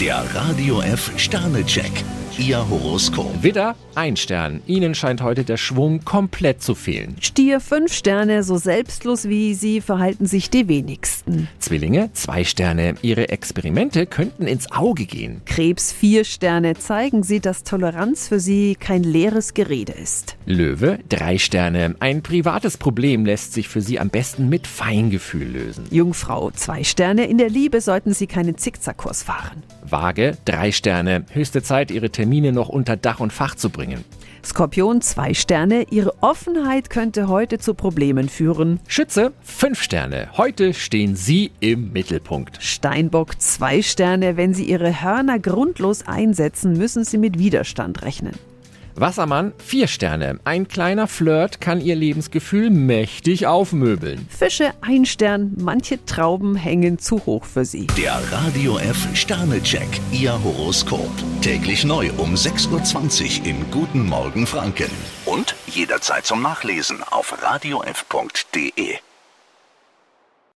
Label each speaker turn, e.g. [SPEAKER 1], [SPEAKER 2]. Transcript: [SPEAKER 1] Der Radio F Sternecheck. Ihr Horoskop.
[SPEAKER 2] Widder, ein Stern. Ihnen scheint heute der Schwung komplett zu fehlen.
[SPEAKER 3] Stier fünf Sterne, so selbstlos wie Sie verhalten sich die wenigsten.
[SPEAKER 2] Zwillinge, zwei Sterne. Ihre Experimente könnten ins Auge gehen.
[SPEAKER 3] Krebs vier Sterne, zeigen Sie, dass Toleranz für Sie kein leeres Gerede ist.
[SPEAKER 2] Löwe, drei Sterne. Ein privates Problem lässt sich für Sie am besten mit Feingefühl lösen.
[SPEAKER 3] Jungfrau zwei Sterne, in der Liebe sollten Sie keinen Zickzackkurs fahren.
[SPEAKER 2] Waage, drei Sterne. Höchste Zeit, Ihre Termine noch unter Dach und Fach zu bringen.
[SPEAKER 3] Skorpion zwei Sterne, Ihre Offenheit könnte heute zu Problemen führen.
[SPEAKER 2] Schütze, fünf Sterne. Heute stehen Sie im Mittelpunkt.
[SPEAKER 3] Steinbock zwei Sterne, wenn Sie Ihre Hörner grundlos einsetzen, müssen Sie mit Widerstand rechnen.
[SPEAKER 2] Wassermann, vier Sterne. Ein kleiner Flirt kann Ihr Lebensgefühl mächtig aufmöbeln.
[SPEAKER 3] Fische ein Stern, manche Trauben hängen zu hoch für Sie.
[SPEAKER 1] Der Radio F Sternecheck. Ihr Horoskop. Täglich neu um 6.20 Uhr im Guten Morgen Franken. Und jederzeit zum Nachlesen auf radiof.de.